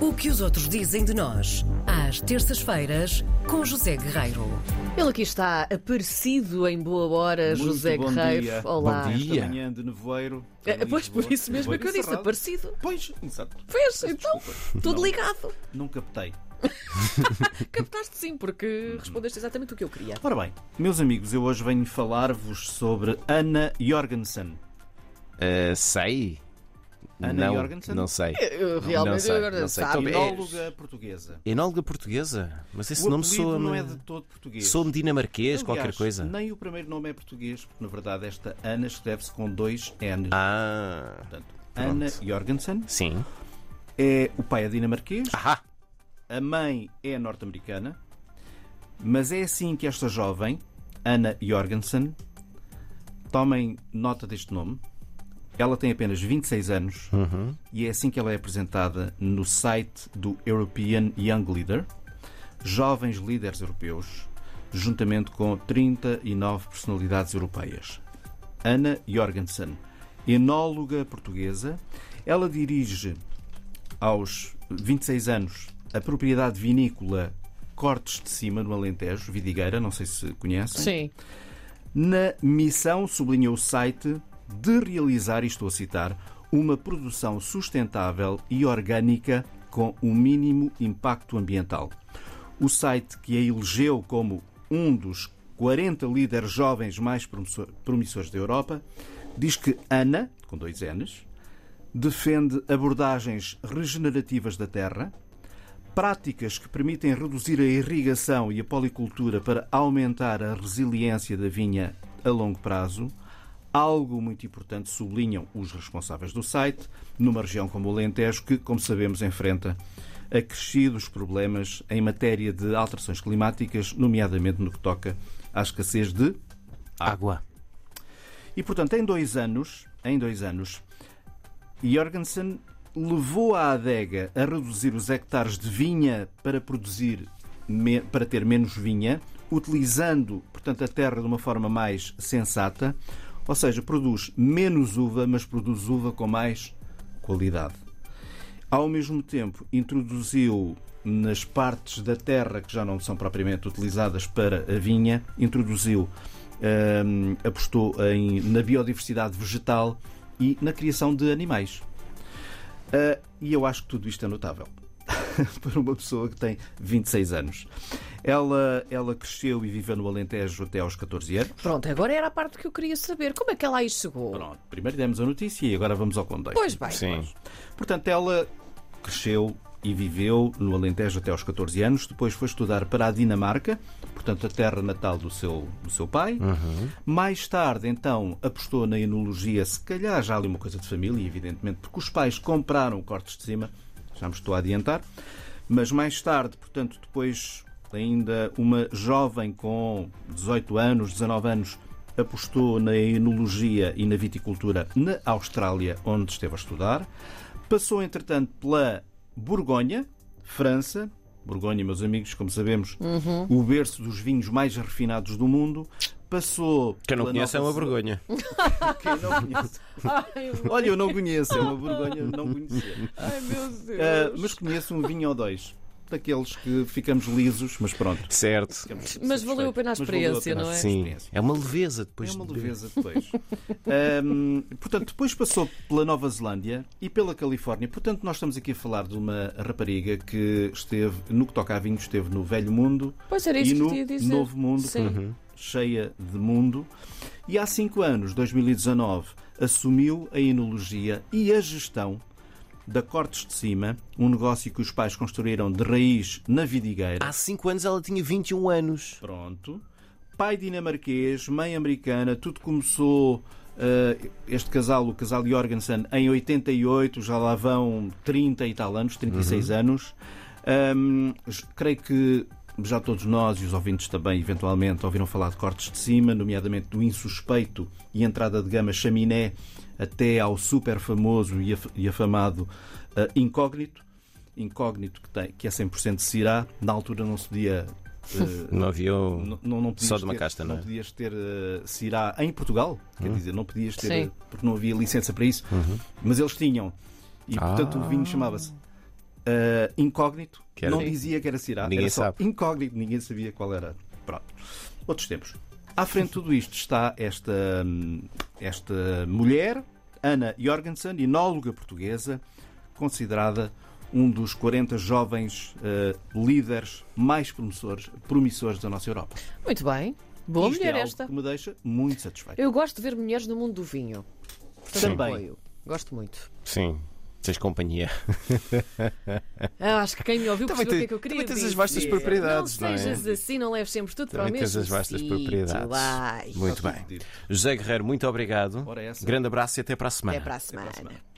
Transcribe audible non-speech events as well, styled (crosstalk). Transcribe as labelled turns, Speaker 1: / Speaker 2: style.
Speaker 1: O que os outros dizem de nós, às terças-feiras, com José Guerreiro.
Speaker 2: Ele aqui está aparecido em boa hora,
Speaker 3: Muito
Speaker 2: José
Speaker 3: bom
Speaker 2: Guerreiro.
Speaker 3: dia.
Speaker 2: Olá.
Speaker 4: Bom dia.
Speaker 3: Esta manhã de nevoeiro. em
Speaker 2: Eh, Pois
Speaker 3: Lisboa.
Speaker 2: por isso mesmo é que eu disse,
Speaker 3: Encerrado.
Speaker 2: aparecido.
Speaker 3: Pois, exato.
Speaker 2: Fez,
Speaker 3: Peço
Speaker 2: então,
Speaker 3: desculpa.
Speaker 2: tudo
Speaker 3: Não, (laughs)
Speaker 2: ligado.
Speaker 3: Não captei.
Speaker 2: Captaste sim,
Speaker 3: Uhum.
Speaker 2: porque respondeste exatamente o que eu queria.
Speaker 3: Ora bem, meus amigos, eu hoje venho falar-vos sobre Anna Jorgensen.
Speaker 4: Eh, sei.
Speaker 3: Ana
Speaker 4: não,
Speaker 3: Jorgensen? É.
Speaker 4: não sei.
Speaker 2: Eu
Speaker 4: não
Speaker 2: realmente
Speaker 4: sei,
Speaker 2: agora
Speaker 4: não sei.
Speaker 2: sabe.
Speaker 4: Então, é-
Speaker 3: Bióloga portuguesa.
Speaker 4: Enóloga É portuguesa? Mas esse
Speaker 3: o
Speaker 4: nome
Speaker 3: apelido
Speaker 4: soa
Speaker 3: não é de todo português.
Speaker 4: Sou-me dinamarquês,
Speaker 3: Aliás,
Speaker 4: qualquer coisa.
Speaker 3: Nem o primeiro nome é português, porque na verdade esta Ana escreve-se com dois N.
Speaker 4: Ah,
Speaker 3: Portanto, Ana Jorgensen
Speaker 4: sim.
Speaker 3: é o pai é dinamarquês,
Speaker 4: Ahá.
Speaker 3: A mãe é norte-americana, mas é assim que esta jovem, Anna Jorgensen, tomem nota deste nome. Ela tem apenas 26 anos e é assim que ela é apresentada no site do European Young Leader, jovens líderes europeus, juntamente com 39 personalidades europeias. Ana Jorgensen, enóloga portuguesa, ela dirige aos 26 anos a propriedade vinícola Cortes de Cima, no Alentejo, Vidigueira, não sei se
Speaker 2: Sim.
Speaker 3: conhecem na missão, sublinhou o site, de realizar, e estou a citar, uma produção sustentável e orgânica com o mínimo impacto ambiental. O site que a elegeu como um dos 40 líderes jovens mais promisso- promissores da Europa diz que Ana, com dois N's, defende abordagens regenerativas da terra, práticas que permitem reduzir a irrigação e a policultura para aumentar a resiliência da vinha a longo prazo, algo muito importante, sublinham os responsáveis do site, numa região como o Alentejo, que, como sabemos, enfrenta acrescidos problemas em matéria de alterações climáticas, nomeadamente no que toca à escassez de
Speaker 4: Água.
Speaker 3: e portanto, em dois anos, em dois anos, Jorgensen levou a adega a reduzir os hectares de vinha para produzir me- para ter menos vinha, utilizando, portanto, a terra de uma forma mais sensata, ou seja, produz menos uva, mas produz uva com mais qualidade. Ao mesmo tempo, introduziu nas partes da terra que já não são propriamente utilizadas para a vinha, introduziu, hum, apostou em, na biodiversidade vegetal e na criação de animais. Ah, e eu acho que tudo isto é notável (laughs) para uma pessoa que tem 26 anos. Ela, ela cresceu e viveu no Alentejo até aos 14 anos.
Speaker 2: Pronto, agora era a parte que eu queria saber. Como é que ela aí chegou?
Speaker 3: Pronto, primeiro demos a notícia e agora vamos ao contexto.
Speaker 2: Pois bem.
Speaker 4: Sim.
Speaker 3: Portanto, ela cresceu e viveu no Alentejo até aos 14 anos, depois foi estudar para a Dinamarca, portanto, a terra natal do seu, do seu pai. Mais tarde, então, apostou na enologia, se calhar já ali uma coisa de família, evidentemente, porque os pais compraram cortes de cima, já me estou a adiantar. Mas mais tarde, portanto, depois, ainda uma jovem com 18 anos, 19 anos, apostou na enologia e na viticultura na Austrália, onde esteve a estudar. Passou, entretanto, pela Borgonha, França. Borgonha, meus amigos, como sabemos,
Speaker 2: Uhum.
Speaker 3: o berço dos vinhos mais refinados do mundo. Passou.
Speaker 4: Quem não
Speaker 3: pela
Speaker 4: conhece é
Speaker 3: Nova
Speaker 4: uma vergonha.
Speaker 3: Zelândia. Quem não conhece.
Speaker 2: Ai,
Speaker 3: Olha, eu não
Speaker 2: (laughs)
Speaker 3: conheço, é uma vergonha não conhecer.
Speaker 2: ai,
Speaker 3: (laughs)
Speaker 2: meu Deus.
Speaker 3: Ah, mas conheço um vinho ou dois. Daqueles que ficamos lisos, mas pronto.
Speaker 4: Certo.
Speaker 2: Mas valeu a pena a
Speaker 3: Mas valeu a
Speaker 2: experiência,
Speaker 3: pena.
Speaker 2: não é?
Speaker 4: Sim.
Speaker 3: experiência.
Speaker 4: É uma leveza depois
Speaker 3: É uma
Speaker 4: de-
Speaker 3: leveza depois. Ahm, portanto, depois passou pela Nova Zelândia e pela Califórnia. Portanto, nós estamos aqui a falar de uma rapariga que esteve, no que toca a vinho, esteve no Velho Mundo
Speaker 2: Pois era
Speaker 3: e
Speaker 2: É isso que eu
Speaker 3: no
Speaker 2: te ia dizer.
Speaker 3: Novo Mundo,
Speaker 2: Sim.
Speaker 3: cheia de mundo. E há cinco anos, 2019, assumiu a enologia e a gestão da Cortes de Cima, um negócio que os pais construíram de raiz na Vidigueira.
Speaker 4: Há 5 anos ela tinha 21 anos.
Speaker 3: Pronto. Pai dinamarquês, mãe americana, tudo começou. eh, este casal, o casal Jorgensen, em 88, já lá vão 30 e tal anos, 36 anos. Ahm, j- creio que já todos nós e os ouvintes também, eventualmente, ouviram falar de cortes de cima, nomeadamente do insuspeito e entrada de gama chaminé, até ao super famoso e, af- e afamado eh, incógnito. Incógnito que, tem, que é 100% de Sirá, na altura não se podia eh,
Speaker 4: Não havia. o-
Speaker 3: não, não, não podias
Speaker 4: Só de uma
Speaker 3: ter,
Speaker 4: casta, não é? Uhum.
Speaker 3: podias ter eh, Sirá em Portugal, quer dizer, não podias ter,
Speaker 2: Sim.
Speaker 3: porque não havia licença para isso, mas eles tinham. E portanto o vinho chamava-se ah, incógnito,
Speaker 4: Ah. Que era
Speaker 3: não
Speaker 4: assim.
Speaker 3: dizia que era Cirá,
Speaker 4: Ninguém
Speaker 3: Ah, era só
Speaker 4: sabe.
Speaker 3: incógnito, ninguém sabia qual era. Pronto. Outros tempos. À frente de tudo isto está esta, hum, esta mulher, Ana Jorgensen, enóloga portuguesa, considerada um dos 40 jovens ah, líderes mais promissores, promissores da nossa Europa.
Speaker 2: Muito bem. Boa
Speaker 3: isto
Speaker 2: mulher
Speaker 3: é algo
Speaker 2: esta.
Speaker 3: que me deixa muito satisfeito.
Speaker 2: Eu gosto de ver mulheres no mundo do vinho. Portanto,
Speaker 3: Também.
Speaker 2: apoio. Gosto muito.
Speaker 4: Sim.
Speaker 3: (laughs)
Speaker 4: Tens companhia.
Speaker 2: Ah, acho que quem me ouviu
Speaker 4: Também
Speaker 2: percebeu o
Speaker 4: tem-
Speaker 2: que é que eu queria
Speaker 4: também tens as
Speaker 2: dizer.
Speaker 4: vastas propriedades,
Speaker 2: Não
Speaker 4: não é?
Speaker 2: sejas assim, não leves sempre tudo para o
Speaker 4: Também
Speaker 2: mesmo
Speaker 4: tens as vastas
Speaker 2: sítio.
Speaker 4: propriedades.
Speaker 2: Ai.
Speaker 4: Muito bem. José Guerreiro, muito obrigado.
Speaker 3: Ora, essa.
Speaker 4: Grande abraço e até para a semana.
Speaker 2: Até para a semana.
Speaker 3: semana.